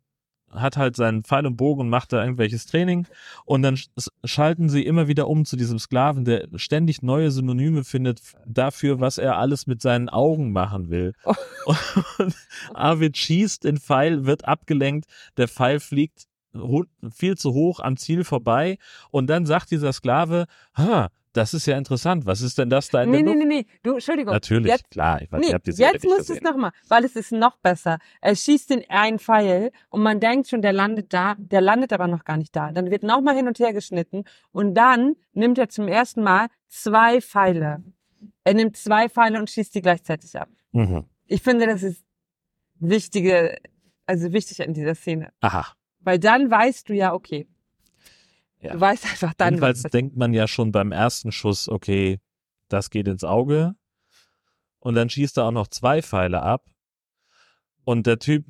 Speaker 1: hat halt seinen Pfeil und Bogen und macht da irgendwelches Training. Und dann sch- schalten sie immer wieder um zu diesem Sklaven, der ständig neue Synonyme findet f- dafür, was er alles mit seinen Augen machen will.
Speaker 2: Oh.
Speaker 1: Und Arvid schießt den Pfeil, wird abgelenkt, der Pfeil fliegt hu- viel zu hoch am Ziel vorbei. Und dann sagt dieser Sklave, ha, das ist ja interessant, was ist denn das da in
Speaker 2: Nee,
Speaker 1: der
Speaker 2: nee,
Speaker 1: Luft?
Speaker 2: nee, nee. Du, Entschuldigung.
Speaker 1: Natürlich,
Speaker 2: Jetzt,
Speaker 1: klar. Ich weiß,
Speaker 2: nee,
Speaker 1: ihr habt die Serie
Speaker 2: jetzt
Speaker 1: nicht
Speaker 2: musst du es
Speaker 1: gesehen.
Speaker 2: nochmal, weil es ist noch besser. Er schießt den einen Pfeil und man denkt schon, der landet da, der landet aber noch gar nicht da. Dann wird nochmal hin und her geschnitten und dann nimmt er zum ersten Mal zwei Pfeile. Er nimmt zwei Pfeile und schießt die gleichzeitig ab.
Speaker 1: Mhm.
Speaker 2: Ich finde, das ist wichtige, also wichtig in dieser Szene.
Speaker 1: Aha.
Speaker 2: Weil dann weißt du ja, okay.
Speaker 1: Ja.
Speaker 2: Du weißt einfach dann.
Speaker 1: Jedenfalls
Speaker 2: was-
Speaker 1: denkt man ja schon beim ersten Schuss, okay, das geht ins Auge. Und dann schießt er auch noch zwei Pfeile ab. Und der Typ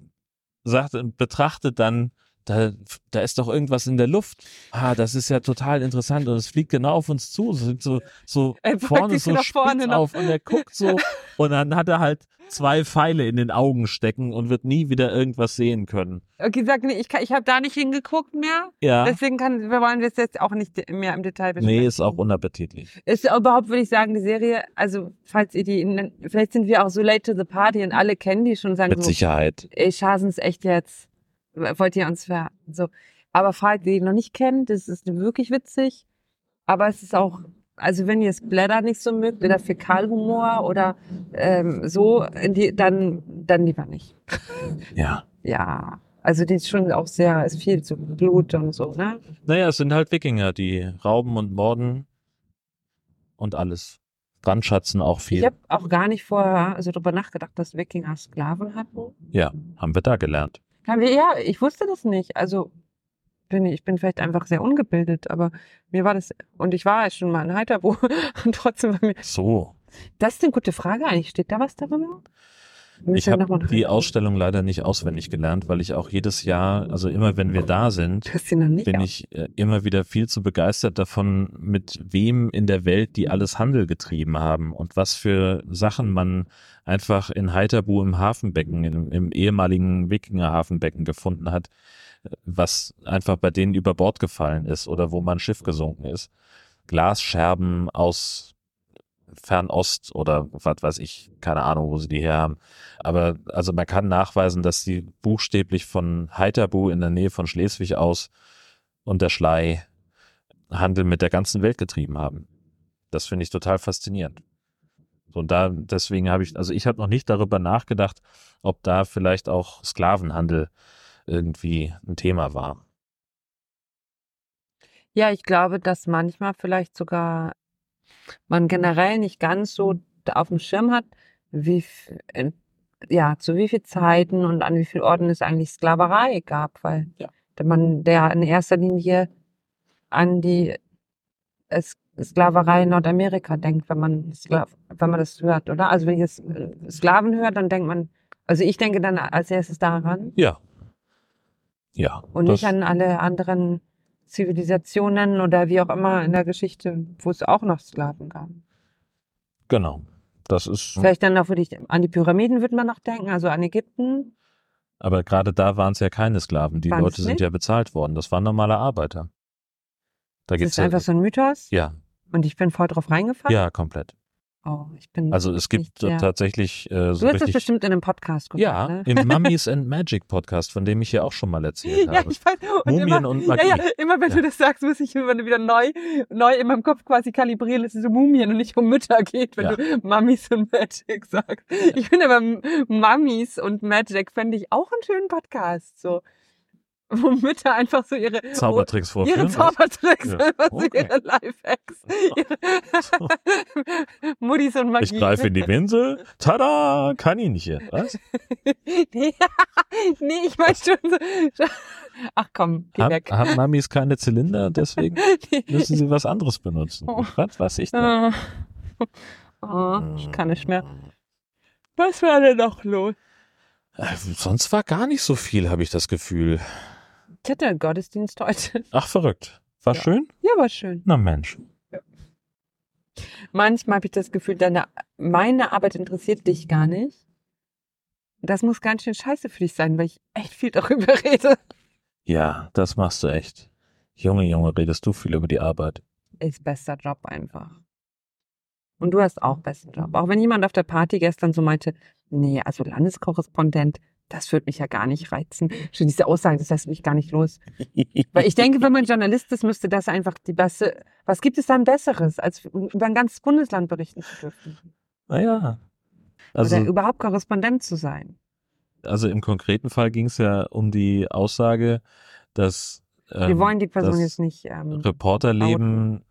Speaker 1: sagt, betrachtet dann, da, da ist doch irgendwas in der Luft. Ah, das ist ja total interessant. Und es fliegt genau auf uns zu. Es sind so, so
Speaker 2: Er packt
Speaker 1: vorne
Speaker 2: sich
Speaker 1: so
Speaker 2: nach
Speaker 1: spitz
Speaker 2: vorne noch.
Speaker 1: auf und er guckt so. Und dann hat er halt zwei Pfeile in den Augen stecken und wird nie wieder irgendwas sehen können.
Speaker 2: okay, sag nee, ich, kann- ich habe da nicht hingeguckt mehr.
Speaker 1: Ja.
Speaker 2: Deswegen kann, wir wollen das jetzt auch nicht mehr im Detail besprechen.
Speaker 1: Nee, ist auch unappetitlich.
Speaker 2: Ist überhaupt, würde ich sagen, die Serie, also falls ihr die, in, vielleicht sind wir auch so late to the party und alle kennen die schon und sagen
Speaker 1: Mit
Speaker 2: so,
Speaker 1: Sicherheit.
Speaker 2: ey, Schasen's echt jetzt, wollt ihr uns ver... So. Aber falls ihr die noch nicht kennt, das ist wirklich witzig, aber es ist auch also wenn ihr es Blätter nicht so mögt oder Fäkalhumor oder ähm, so, in die, dann, dann lieber nicht.
Speaker 1: Ja.
Speaker 2: Ja. Also die ist schon auch sehr, ist viel zu Blut und so, ne?
Speaker 1: Naja, es sind halt Wikinger, die rauben und morden und alles. Brandschatzen auch viel.
Speaker 2: Ich habe auch gar nicht vorher also darüber nachgedacht, dass Wikinger Sklaven hatten.
Speaker 1: Ja, haben wir da gelernt.
Speaker 2: Haben wir, ja, ich wusste das nicht. Also bin ich, ich bin vielleicht einfach sehr ungebildet, aber mir war das, und ich war schon mal in Heiterbo und trotzdem war mir,
Speaker 1: So.
Speaker 2: das ist eine gute Frage eigentlich. Steht da was darüber? Müssen
Speaker 1: Ich
Speaker 2: wir noch mal
Speaker 1: habe die
Speaker 2: nachgucken.
Speaker 1: Ausstellung leider nicht auswendig gelernt, weil ich auch jedes Jahr, also immer wenn wir da sind,
Speaker 2: Du hast sie noch nicht.
Speaker 1: bin ich äh, immer wieder viel zu begeistert davon, mit wem in der Welt die alles Handel getrieben haben und was für Sachen man einfach in Heiterbu im Hafenbecken, im, im ehemaligen Wikinger-Hafenbecken gefunden hat, äh, was einfach bei denen über Bord gefallen ist oder wo man Schiff gesunken ist. Glasscherben aus Fernost oder was weiß ich, keine Ahnung, wo sie die her haben. Aber also man kann nachweisen, dass die buchstäblich von Heiterbu in der Nähe von Schleswig aus und der Schlei Handel mit der ganzen Welt getrieben haben. Das finde ich total faszinierend. So, und da, deswegen habe ich, also ich habe noch nicht darüber nachgedacht, ob da vielleicht auch Sklavenhandel irgendwie ein Thema war.
Speaker 2: Ja, ich glaube, dass manchmal vielleicht sogar man generell nicht ganz so auf dem Schirm hat, wie, f- in- ja, zu wie viel Zeiten und an wie vielen Orten es eigentlich Sklaverei gab, weil
Speaker 1: Ja.
Speaker 2: man der in erster Linie an die Es- Sklaverei in Nordamerika denkt, wenn man, Skla- wenn man das hört, oder? Also wenn ich jetzt äh, Sklaven höre, dann denkt man, also ich denke dann als erstes daran
Speaker 1: Ja. Ja.
Speaker 2: und
Speaker 1: das-
Speaker 2: nicht an alle anderen Zivilisationen oder wie auch immer in der Geschichte, wo es auch noch Sklaven gab.
Speaker 1: Genau. Das ist.
Speaker 2: Vielleicht dann auch wirklich an die Pyramiden würde man noch denken, also an Ägypten.
Speaker 1: Aber gerade da waren es ja keine Sklaven. Die
Speaker 2: Waren's
Speaker 1: Leute sind
Speaker 2: nicht?
Speaker 1: ja bezahlt worden. Das waren normale Arbeiter. Da
Speaker 2: Das
Speaker 1: geht's
Speaker 2: ist einfach so ein Mythos
Speaker 1: ja,
Speaker 2: und ich bin voll drauf reingefallen.
Speaker 1: ja, komplett.
Speaker 2: Oh, ich bin,
Speaker 1: Also es gibt
Speaker 2: Nicht, ja.
Speaker 1: tatsächlich äh, so
Speaker 2: du hast es
Speaker 1: richtig.
Speaker 2: bestimmt in einem Podcast geguckt,
Speaker 1: Ja,
Speaker 2: ne?
Speaker 1: im Mummies and Magic Podcast, von dem ich hier auch schon mal erzählt
Speaker 2: Ja,
Speaker 1: habe.
Speaker 2: ich weiß. Und
Speaker 1: Mumien
Speaker 2: immer,
Speaker 1: und
Speaker 2: ja,
Speaker 1: Magie.
Speaker 2: ja, immer wenn
Speaker 1: Ja.
Speaker 2: du das sagst, muss ich immer wieder neu, neu in meinem Kopf quasi kalibrieren, dass es um Mumien und nicht um Mütter geht, wenn
Speaker 1: Ja.
Speaker 2: du Mummies und Magic sagst. Ich finde aber M- Mummies und Magic fände ich auch einen schönen Podcast, so. Wo Mütter einfach so ihre,
Speaker 1: Zaubertricks
Speaker 2: oh,
Speaker 1: vorführen.
Speaker 2: ihre Zaubertricks,
Speaker 1: Ja.
Speaker 2: einfach so
Speaker 1: Okay.
Speaker 2: ihre Lifehacks, ihre Muddies und Magie.
Speaker 1: ich greife in die Linse. Tada! Kaninchen. Was?
Speaker 2: nee, nee, ich meine schon so. Ach komm, geh
Speaker 1: Haben,
Speaker 2: weg.
Speaker 1: haben Mummies keine Zylinder, deswegen
Speaker 2: Nee.
Speaker 1: müssen sie was anderes benutzen.
Speaker 2: Oh.
Speaker 1: Was weiß ich denn?
Speaker 2: Ah. Ah, ich kann nicht mehr. Was war denn noch los?
Speaker 1: Äh, Sonst war gar nicht so viel, habe ich das Gefühl.
Speaker 2: Ich hatte einen Gottesdienst heute.
Speaker 1: Ach, verrückt. War
Speaker 2: Ja.
Speaker 1: schön?
Speaker 2: Ja, war schön.
Speaker 1: Na Mensch.
Speaker 2: Manchmal habe ich das Gefühl, deine, meine Arbeit interessiert dich gar nicht. Das muss ganz schön scheiße für dich sein, weil ich echt viel darüber rede.
Speaker 1: Ja, das machst du echt. Junge, Junge, redest du viel über die Arbeit.
Speaker 2: Ist bester Job einfach. Und du hast auch besten Job. Auch wenn jemand auf der Party gestern so meinte, nee, also Landeskorrespondent, das würde mich ja gar nicht reizen. Schon diese Aussage, das lässt mich gar nicht los. Weil ich denke, wenn man Journalist ist, müsste das einfach die beste. Was gibt es dann Besseres, als über ein ganzes Bundesland berichten zu dürfen?
Speaker 1: Naja.
Speaker 2: Oder
Speaker 1: Also,
Speaker 2: überhaupt Korrespondent zu sein?
Speaker 1: also im konkreten Fall ging es ja um die Aussage, dass
Speaker 2: Wir
Speaker 1: ähm,
Speaker 2: wollen die Person
Speaker 1: das
Speaker 2: jetzt nicht. Ähm,
Speaker 1: Reporterleben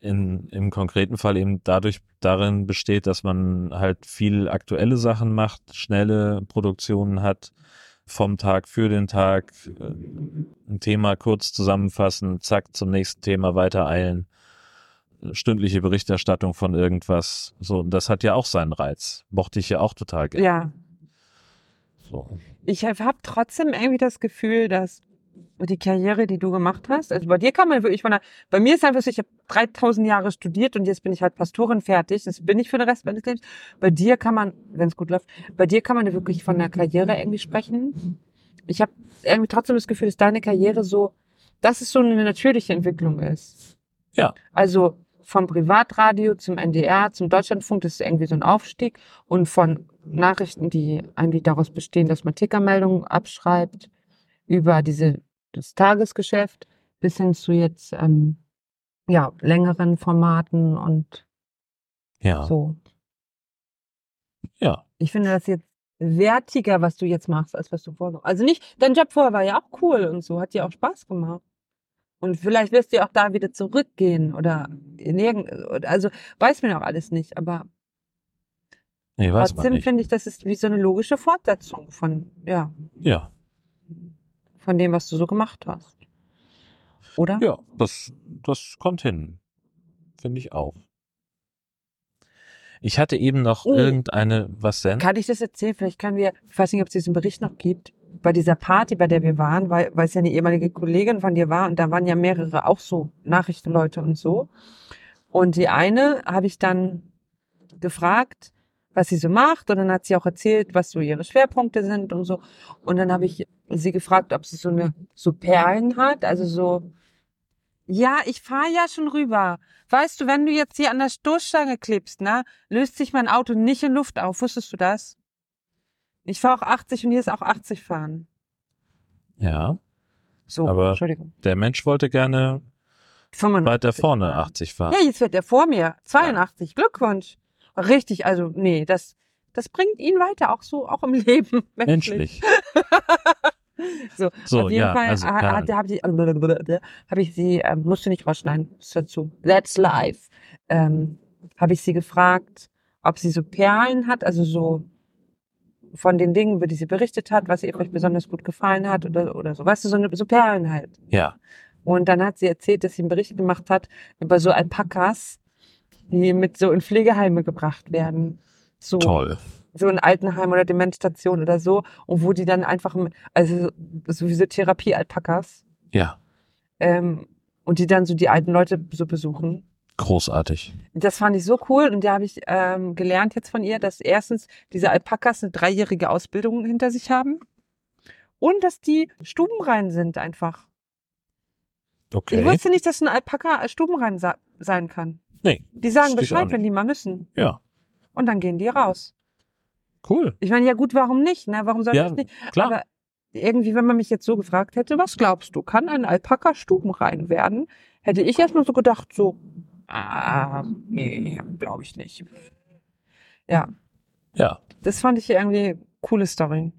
Speaker 1: in, im konkreten Fall eben dadurch darin besteht, dass man halt viel aktuelle Sachen macht, schnelle Produktionen hat, vom Tag für den Tag, äh, ein Thema kurz zusammenfassen, zack, zum nächsten Thema weitereilen, stündliche Berichterstattung von irgendwas. So, und das hat ja auch seinen Reiz. Mochte ich ja auch total gerne.
Speaker 2: ja,
Speaker 1: So.
Speaker 2: ich habe trotzdem irgendwie das Gefühl, dass die Karriere, die du gemacht hast, also bei dir kann man wirklich von der, bei mir ist einfach so, ich habe 3000 Jahre studiert und jetzt bin ich halt Pastorin fertig, das bin ich für den Rest meines Lebens. Bei dir kann man, wenn es gut läuft, bei dir kann man wirklich von der Karriere irgendwie sprechen. Ich habe irgendwie trotzdem das Gefühl, dass deine Karriere so, dass es so eine natürliche Entwicklung ist.
Speaker 1: Ja.
Speaker 2: Also vom Privatradio zum NDR, zum Deutschlandfunk, das ist irgendwie so ein Aufstieg und von Nachrichten, die eigentlich daraus bestehen, dass man Tickermeldungen abschreibt, über diese das Tagesgeschäft bis hin zu jetzt ähm, ja, längeren Formaten und
Speaker 1: Ja.
Speaker 2: so.
Speaker 1: Ja.
Speaker 2: Ich finde das jetzt wertiger, was du jetzt machst, als was du vorher. Also nicht, dein Job vorher war ja auch cool und so, hat dir auch Spaß gemacht. Und vielleicht wirst du ja auch da wieder zurückgehen oder in irgend, also weiß mir noch alles nicht, aber
Speaker 1: Nee, weiß man
Speaker 2: trotzdem
Speaker 1: nicht.
Speaker 2: finde ich, das ist wie so eine logische Fortsetzung von, ja,
Speaker 1: Ja.
Speaker 2: von dem, was du so gemacht hast. Oder?
Speaker 1: Ja, das, das kommt hin. Finde ich auch. Ich hatte eben noch
Speaker 2: Oh.
Speaker 1: irgendeine, was denn?
Speaker 2: Kann ich das erzählen? Vielleicht können wir, ich weiß nicht, ob es diesen Bericht noch gibt, bei dieser Party, bei der wir waren, weil, weil es ja eine ehemalige Kollegin von dir war und da waren ja mehrere auch so Nachrichtenleute und so. Und die eine habe ich dann gefragt, was sie so macht und dann hat sie auch erzählt, was so ihre Schwerpunkte sind und so. Und dann habe ich sie gefragt, ob sie so eine so Perlen hat, also so ja, ich fahre ja schon rüber. Weißt du, wenn du jetzt hier an der Stoßstange klebst, ne, löst sich mein Auto nicht in Luft auf. Wusstest du das? Ich fahre auch 80 und hier ist auch 80 fahren.
Speaker 1: Ja,
Speaker 2: So,
Speaker 1: Aber-
Speaker 2: Entschuldigung.
Speaker 1: der Mensch wollte gerne
Speaker 2: 85
Speaker 1: weiter vorne
Speaker 2: fahren.
Speaker 1: 80 fahren.
Speaker 2: Hm. Ja, jetzt wird er vor mir. 82. Glückwunsch. Richtig, also nee, das, das bringt ihn weiter, auch so, auch im Leben.
Speaker 1: Menschlich.
Speaker 2: So,
Speaker 1: so
Speaker 2: Auf jeden
Speaker 1: ja,
Speaker 2: Fall
Speaker 1: also,
Speaker 2: ha-
Speaker 1: ja,
Speaker 2: hat, hab ich, hab ich sie, ähm, musste nicht rausschneiden, ist dazu. That's life. Ähm, habe ich sie gefragt, ob sie so Perlen hat, also so von den Dingen, über die sie berichtet hat, was ihr vielleicht besonders gut gefallen hat oder, oder so. Weißt du, so, eine, so Perlen halt.
Speaker 1: ja,
Speaker 2: Und dann hat sie erzählt, dass sie einen Bericht gemacht hat über so Alpakas, die mit so in Pflegeheime gebracht werden. So
Speaker 1: toll.
Speaker 2: so in Altenheim oder Demenzstation oder so, und wo die dann einfach, mit- also sowieso Therapie-Alpakas,
Speaker 1: Ja,
Speaker 2: ähm, und die dann so die alten Leute so besuchen.
Speaker 1: großartig.
Speaker 2: Das fand ich so cool und da habe ich ähm, gelernt jetzt von ihr, dass erstens diese Alpakas eine dreijährige Ausbildung hinter sich haben und dass die stubenrein sind einfach. Ich
Speaker 1: Okay.
Speaker 2: wusste nicht, dass ein Alpaka stubenrein sa sein kann.
Speaker 1: Nee,
Speaker 2: Die sagen
Speaker 1: wusste ich auch
Speaker 2: Bescheid,
Speaker 1: nicht.
Speaker 2: wenn die mal müssen
Speaker 1: Ja,
Speaker 2: und dann gehen die raus.
Speaker 1: cool.
Speaker 2: Ich meine, ja gut, warum nicht? Ne? Warum sollte
Speaker 1: Ja,
Speaker 2: ich nicht?
Speaker 1: Klar.
Speaker 2: Aber irgendwie, wenn man mich jetzt so gefragt hätte, was glaubst du, kann ein Alpaka stubenrein werden? Hätte ich erstmal so gedacht, so, ah, nee, glaube ich nicht. Ja,
Speaker 1: ja,
Speaker 2: das fand ich irgendwie coole Story.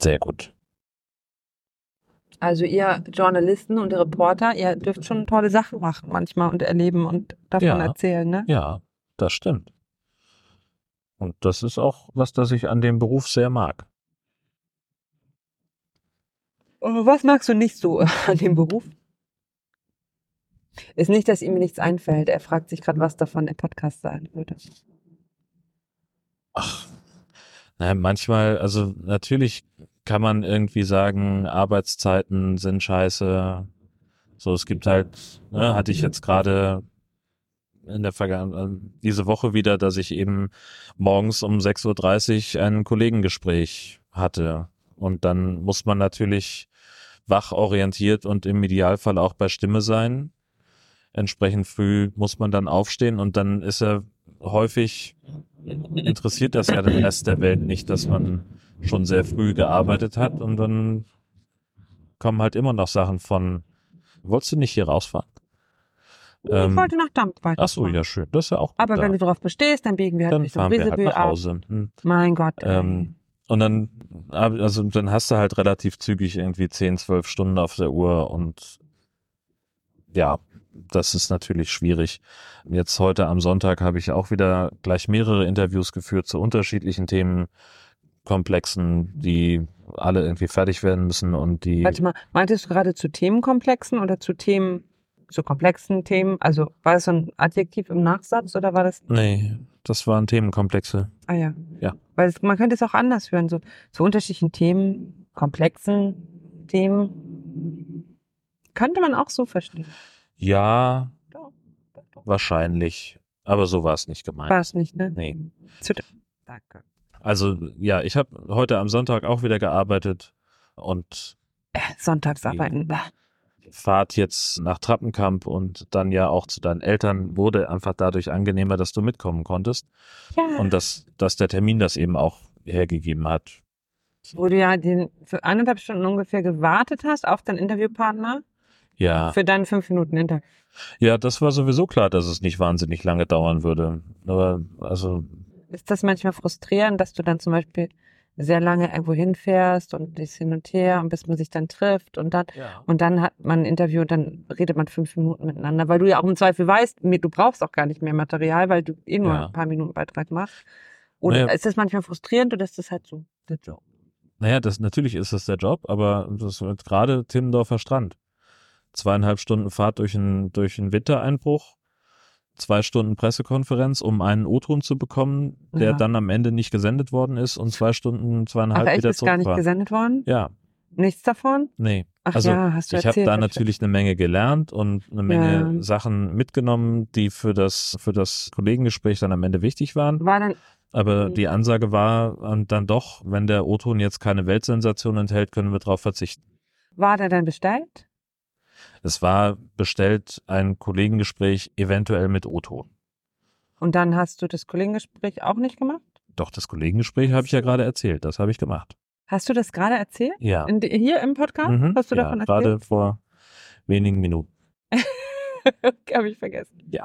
Speaker 1: sehr gut.
Speaker 2: Also ihr Journalisten und Reporter, ihr dürft schon tolle Sachen machen manchmal und erleben und davon
Speaker 1: Ja.
Speaker 2: erzählen, ne?
Speaker 1: Ja, das stimmt. Und das ist auch was, das ich an dem Beruf sehr mag.
Speaker 2: Aber Äh, was magst du nicht so an dem Beruf? Ist nicht, dass ihm nichts einfällt. Er fragt sich gerade, was davon der Podcast sein würde.
Speaker 1: Ach, naja, manchmal, also natürlich kann man irgendwie sagen, Arbeitszeiten sind scheiße. So, es gibt halt, ne, hatte ich jetzt gerade in der Vergangenheit, diese Woche wieder, dass ich eben morgens um 6.30 Uhr ein Kollegengespräch hatte. Und dann muss man natürlich wach orientiert und im Idealfall auch bei Stimme sein. Entsprechend früh muss man dann aufstehen und dann ist er häufig interessiert das ja den Rest der Welt nicht, dass man schon sehr früh gearbeitet hat und dann kommen halt immer noch Sachen von, wolltest du nicht hier rausfahren? Ähm,
Speaker 2: ich wollte nach Damp weiter.
Speaker 1: Ach so, ja, schön. Das ist ja auch gut
Speaker 2: Aber
Speaker 1: da.
Speaker 2: wenn du darauf bestehst, dann biegen wir halt
Speaker 1: dann
Speaker 2: Richtung
Speaker 1: fahren wir halt
Speaker 2: Riesebü
Speaker 1: nach
Speaker 2: ab.
Speaker 1: Hause. Hm.
Speaker 2: Mein Gott. ey.
Speaker 1: Ähm, und dann, also dann hast du halt relativ zügig irgendwie 10, 12 Stunden auf der Uhr und ja, das ist natürlich schwierig. Jetzt heute am Sonntag habe ich auch wieder gleich mehrere Interviews geführt zu unterschiedlichen Themenkomplexen, die alle irgendwie fertig werden müssen und die
Speaker 2: Warte mal, meintest du gerade zu Themenkomplexen oder zu Themen, zu komplexen Themen? Also war das so ein Adjektiv im Nachsatz oder war das,
Speaker 1: Nee, das waren Themenkomplexe.
Speaker 2: ah ja.
Speaker 1: Ja.
Speaker 2: Weil es, man könnte es auch anders hören, so zu unterschiedlichen Themen, komplexen Themen. Könnte man auch so verstehen.
Speaker 1: Ja,
Speaker 2: Doch, doch, doch.
Speaker 1: wahrscheinlich. Aber so war es nicht gemeint.
Speaker 2: War es nicht, ne?
Speaker 1: Nee.
Speaker 2: Zu, danke.
Speaker 1: Also ja, ich habe heute am Sonntag auch wieder gearbeitet und
Speaker 2: Äh, Sonntagsarbeiten. bäh.
Speaker 1: Fahrt jetzt nach Trappenkamp und dann ja auch zu deinen Eltern wurde einfach dadurch angenehmer, dass du mitkommen konntest
Speaker 2: Ja.
Speaker 1: und dass, dass der Termin das eben auch hergegeben hat.
Speaker 2: wo du ja den, für eineinhalb Stunden ungefähr gewartet hast auf deinen Interviewpartner.
Speaker 1: Ja.
Speaker 2: für deine fünf Minuten Interview.
Speaker 1: Ja, das war sowieso klar, dass es nicht wahnsinnig lange dauern würde. Aber also,
Speaker 2: Ist das manchmal frustrierend, dass du dann zum Beispiel sehr lange irgendwo hinfährst und dies hin und her und bis man sich dann trifft und dann
Speaker 1: ja.
Speaker 2: und dann hat man ein Interview und dann redet man fünf Minuten miteinander, weil du ja auch im Zweifel weißt, mir- du brauchst auch gar nicht mehr Material, weil du eh nur
Speaker 1: Ja.
Speaker 2: ein paar Minuten Beitrag machst. Oder
Speaker 1: Naja.
Speaker 2: ist das manchmal frustrierend oder ist das halt so der Job?
Speaker 1: naja, das natürlich ist das der Job, aber das wird gerade Timmendorfer Strand. Zweieinhalb Stunden Fahrt durch einen durch einen Wintereinbruch, zwei Stunden Pressekonferenz, um einen O-Ton zu bekommen, der
Speaker 2: Ja.
Speaker 1: dann am Ende nicht gesendet worden ist und zwei Stunden
Speaker 2: Ach,
Speaker 1: zweieinhalb
Speaker 2: echt,
Speaker 1: wieder
Speaker 2: ist gar nicht
Speaker 1: zurückfahren.
Speaker 2: gesendet worden?
Speaker 1: ja,
Speaker 2: Nichts davon?
Speaker 1: nee.
Speaker 2: Ach
Speaker 1: Also,
Speaker 2: ja, hast du
Speaker 1: Ich habe
Speaker 2: erzählt.
Speaker 1: da
Speaker 2: hab
Speaker 1: natürlich eine Menge gelernt und eine Menge
Speaker 2: Ja.
Speaker 1: Sachen mitgenommen, die für das, für das Kollegengespräch dann am Ende wichtig waren.
Speaker 2: verstanden. War dann,
Speaker 1: Aber
Speaker 2: Mhm.
Speaker 1: die Ansage war ähm, dann doch, wenn der O-Ton jetzt keine Weltsensation enthält, können wir darauf verzichten.
Speaker 2: war der dann bestellt?
Speaker 1: Es war bestellt ein Kollegengespräch eventuell mit O-Ton.
Speaker 2: Und dann hast du das Kollegengespräch auch nicht gemacht?
Speaker 1: Doch das Kollegengespräch habe ich ja gerade erzählt, das habe ich gemacht.
Speaker 2: Hast du das gerade erzählt?
Speaker 1: Ja.
Speaker 2: In, hier im Podcast?
Speaker 1: Mhm,
Speaker 2: Hast du
Speaker 1: ja,
Speaker 2: davon erzählt?
Speaker 1: gerade vor wenigen Minuten.
Speaker 2: Habe ich vergessen.
Speaker 1: Ja.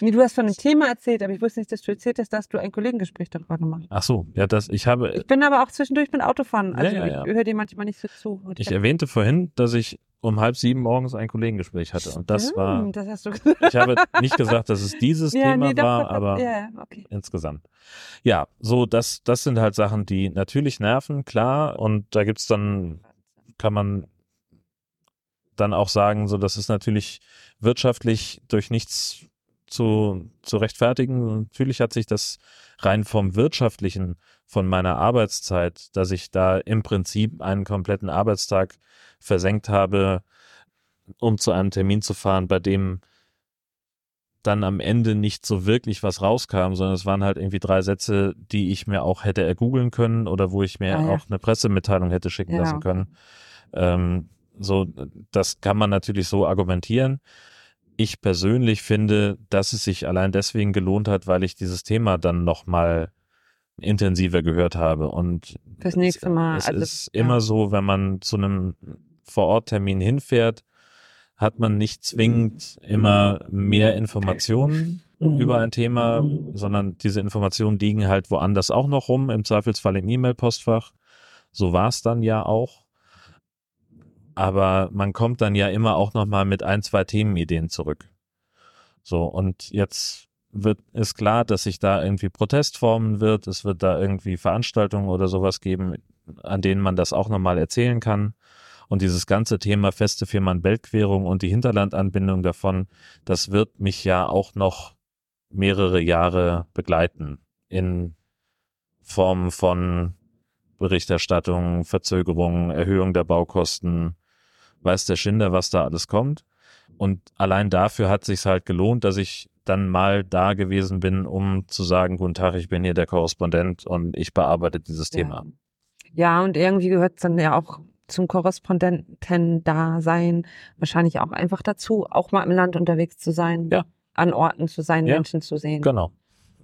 Speaker 2: Nee, du hast von einem Thema erzählt, aber ich wusste nicht, dass du erzählt hast, dass du ein Kollegengespräch darüber gemacht hast.
Speaker 1: Ach so, ja, das ich habe
Speaker 2: Ich bin aber auch zwischendurch mit Autofahren. Also
Speaker 1: Ja, ja, ja.
Speaker 2: ich höre dir manchmal nicht so zu. Und
Speaker 1: ich
Speaker 2: dachte,
Speaker 1: erwähnte vorhin, dass ich um halb sieben morgens ein Kollegengespräch hatte und das war
Speaker 2: "Hm, Das hast du gesagt.
Speaker 1: Ich habe nicht gesagt, dass es dieses Thema
Speaker 2: doch,
Speaker 1: war,
Speaker 2: doch, doch.
Speaker 1: aber
Speaker 2: Ja, ja, okay.
Speaker 1: insgesamt. Ja, so, das, das sind halt Sachen, die natürlich nerven, klar. Und da gibt's dann, kann man dann auch sagen, so, das ist natürlich wirtschaftlich durch nichts zu, zu rechtfertigen. Und Natürlich hat sich das rein vom Wirtschaftlichen von meiner Arbeitszeit, dass ich da im Prinzip einen kompletten Arbeitstag versenkt habe, um zu einem Termin zu fahren, bei dem dann am Ende nicht so wirklich was rauskam, sondern es waren halt irgendwie drei Sätze, die ich mir auch hätte ergoogeln können oder wo ich mir
Speaker 2: Ah, ja.
Speaker 1: auch eine Pressemitteilung hätte schicken
Speaker 2: Ja.
Speaker 1: lassen können. Ähm, so, das kann man natürlich so argumentieren. Ich persönlich finde, dass es sich allein deswegen gelohnt hat, weil ich dieses Thema dann nochmal intensiver gehört habe. Und
Speaker 2: Fürs nächste Mal,
Speaker 1: Es
Speaker 2: also,
Speaker 1: ist
Speaker 2: ja.
Speaker 1: immer so, wenn man zu einem Vororttermin hinfährt, hat man nicht zwingend
Speaker 2: Mhm.
Speaker 1: immer mehr Informationen über ein Thema, sondern diese Informationen liegen halt woanders auch noch rum, im Zweifelsfall im E-Mail-Postfach. So war es dann ja auch. Aber man kommt dann ja immer auch nochmal mit ein, zwei Themenideen zurück. So, und jetzt wird, ist klar, dass sich da irgendwie Protest formen wird. Es wird da irgendwie Veranstaltungen oder sowas geben, an denen man das auch nochmal erzählen kann. Und dieses ganze Thema feste Fehmarn-Belt-Querung und die Hinterlandanbindung davon, das wird mich ja auch noch mehrere Jahre begleiten in Form von Berichterstattung, Verzögerungen, Erhöhung der Baukosten, weiß der Schinder, was da alles kommt. Und allein dafür hat sich's halt gelohnt, dass ich dann mal da gewesen bin, um zu sagen, guten Tag, ich bin hier der Korrespondent und ich bearbeite dieses
Speaker 2: Ja.
Speaker 1: Thema.
Speaker 2: Ja, und irgendwie gehört es dann ja auch zum Korrespondenten-Dasein wahrscheinlich auch einfach dazu, auch mal im Land unterwegs zu sein,
Speaker 1: Ja.
Speaker 2: an Orten zu sein,
Speaker 1: Ja.
Speaker 2: Menschen zu sehen.
Speaker 1: Genau.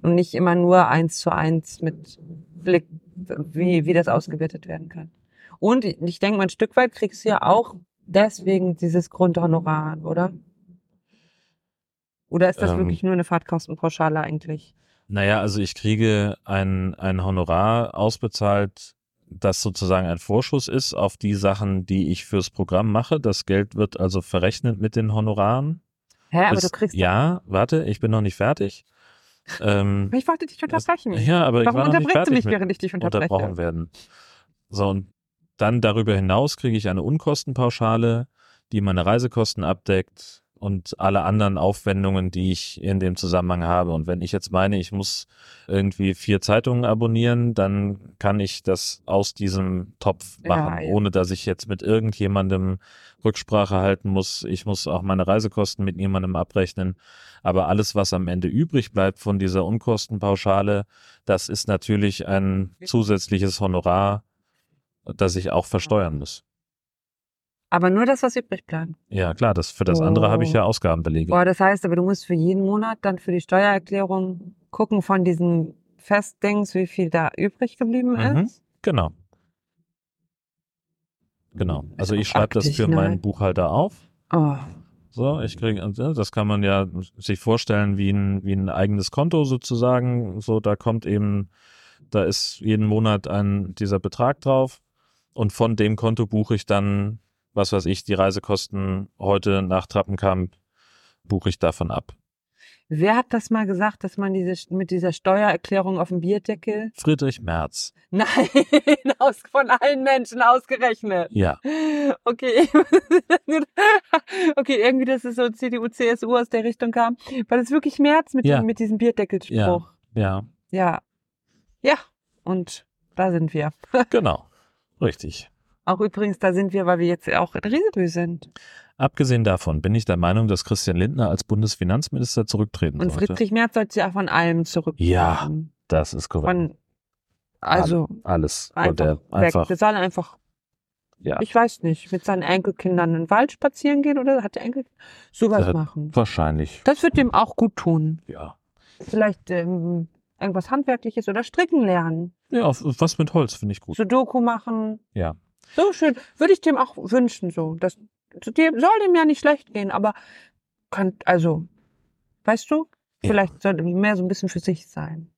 Speaker 2: Und nicht immer nur eins zu eins mit Blick, wie, wie das ausgewertet werden kann. Und ich denke mal, ein Stück weit kriegst du ja auch deswegen dieses Grundhonorar, oder? Oder ist das
Speaker 1: Ähm.
Speaker 2: wirklich nur eine Fahrtkostenpauschale eigentlich?
Speaker 1: Naja, also ich kriege ein, ein Honorar ausbezahlt, das sozusagen ein Vorschuss ist auf die Sachen, die ich fürs Programm mache. Das Geld wird also verrechnet mit den Honoraren.
Speaker 2: Hä, aber
Speaker 1: Es-
Speaker 2: du kriegst.
Speaker 1: ja, warte, ich bin noch nicht fertig. Ähm,
Speaker 2: Ich wollte dich unterbrechen.
Speaker 1: es- Ja, aber ich
Speaker 2: Warum
Speaker 1: war noch nicht
Speaker 2: unterbrichst
Speaker 1: fertig
Speaker 2: du mich,
Speaker 1: mit
Speaker 2: während ich dich unterbreche?
Speaker 1: unterbrochen werden. So, und dann darüber hinaus kriege ich eine Unkostenpauschale, die meine Reisekosten abdeckt und alle anderen Aufwendungen, die ich in dem Zusammenhang habe. Und wenn ich jetzt meine, ich muss irgendwie vier Zeitungen abonnieren, dann kann ich das aus diesem Topf
Speaker 2: Ja,
Speaker 1: machen,
Speaker 2: ja.
Speaker 1: ohne dass ich jetzt mit irgendjemandem Rücksprache halten muss. Ich muss auch meine Reisekosten mit niemandem abrechnen. Aber alles, was am Ende übrig bleibt von dieser Unkostenpauschale, das ist natürlich ein zusätzliches Honorar, das ich auch versteuern muss.
Speaker 2: Aber nur das, was übrig bleibt.
Speaker 1: Ja, klar, das, für das andere habe ich ja Ausgabenbelege.
Speaker 2: Oh. Boah, das heißt aber, du musst für jeden Monat dann für die Steuererklärung gucken von diesen Festdings, wie viel da übrig geblieben
Speaker 1: Mhm.
Speaker 2: ist.
Speaker 1: Genau. Genau. Also ich
Speaker 2: auch
Speaker 1: Genau. Also schreibe das
Speaker 2: aktig,
Speaker 1: für
Speaker 2: ne?
Speaker 1: meinen Buchhalter auf
Speaker 2: Oh.
Speaker 1: So, ich kriege, das kann man ja sich vorstellen wie ein, wie ein eigenes Konto sozusagen. So, da kommt eben, da ist jeden Monat ein, dieser Betrag drauf und von dem Konto buche ich dann, was weiß ich, die Reisekosten heute nach Trappenkamp buche ich davon ab.
Speaker 2: Wer hat das mal gesagt, dass man diese, mit dieser Steuererklärung auf dem Bierdeckel?
Speaker 1: Friedrich Merz.
Speaker 2: Nein, aus, von allen Menschen ausgerechnet.
Speaker 1: Ja.
Speaker 2: Okay. okay, irgendwie, dass es so CDU, CSU aus der Richtung kam. War das wirklich Merz mit,
Speaker 1: Ja.
Speaker 2: dem, mit diesem Bierdeckelspruch?
Speaker 1: Ja,
Speaker 2: Ja. ja. und da sind wir.
Speaker 1: genau. Richtig.
Speaker 2: Auch übrigens, da sind wir, weil wir jetzt auch in Riesebü sind.
Speaker 1: Abgesehen davon bin ich der Meinung, dass Christian Lindner als Bundesfinanzminister zurücktreten
Speaker 2: Und
Speaker 1: sollte.
Speaker 2: Friedrich Merz sollte ja von allem zurück.
Speaker 1: Ja, das ist korrekt.
Speaker 2: Von, also,
Speaker 1: Alles. Und
Speaker 2: einfach,
Speaker 1: er einfach,
Speaker 2: weg. Der soll einfach,
Speaker 1: ja,
Speaker 2: ich weiß nicht, mit seinen Enkelkindern in den Wald spazieren gehen oder hat der Enkel sowas
Speaker 1: Der hat-
Speaker 2: machen.
Speaker 1: wahrscheinlich.
Speaker 2: Das wird dem auch gut tun.
Speaker 1: Ja.
Speaker 2: Vielleicht ähm, irgendwas Handwerkliches oder stricken lernen,
Speaker 1: Ja, auf- was mit Holz finde ich gut.
Speaker 2: Sudoku machen.
Speaker 1: Ja.
Speaker 2: So schön. Würde ich dem auch wünschen, so. Das, zu dem soll dem ja nicht schlecht gehen, aber könnt, also, weißt du,
Speaker 1: Ja.
Speaker 2: vielleicht sollte mehr so ein bisschen für sich sein.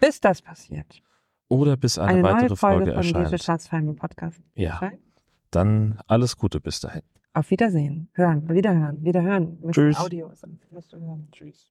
Speaker 2: Bis das passiert.
Speaker 1: Oder bis eine,
Speaker 2: Eine,
Speaker 1: weitere
Speaker 2: neue Folge,
Speaker 1: Folge
Speaker 2: von Diese
Speaker 1: erscheint.
Speaker 2: Schatzfallen Podcast.
Speaker 1: Ja.
Speaker 2: Nein?
Speaker 1: Dann alles Gute bis dahin.
Speaker 2: Auf Wiedersehen. Hören, wiederhören, wiederhören. Mit
Speaker 1: Tschüss.
Speaker 2: Audio. Musst du hören. Tschüss.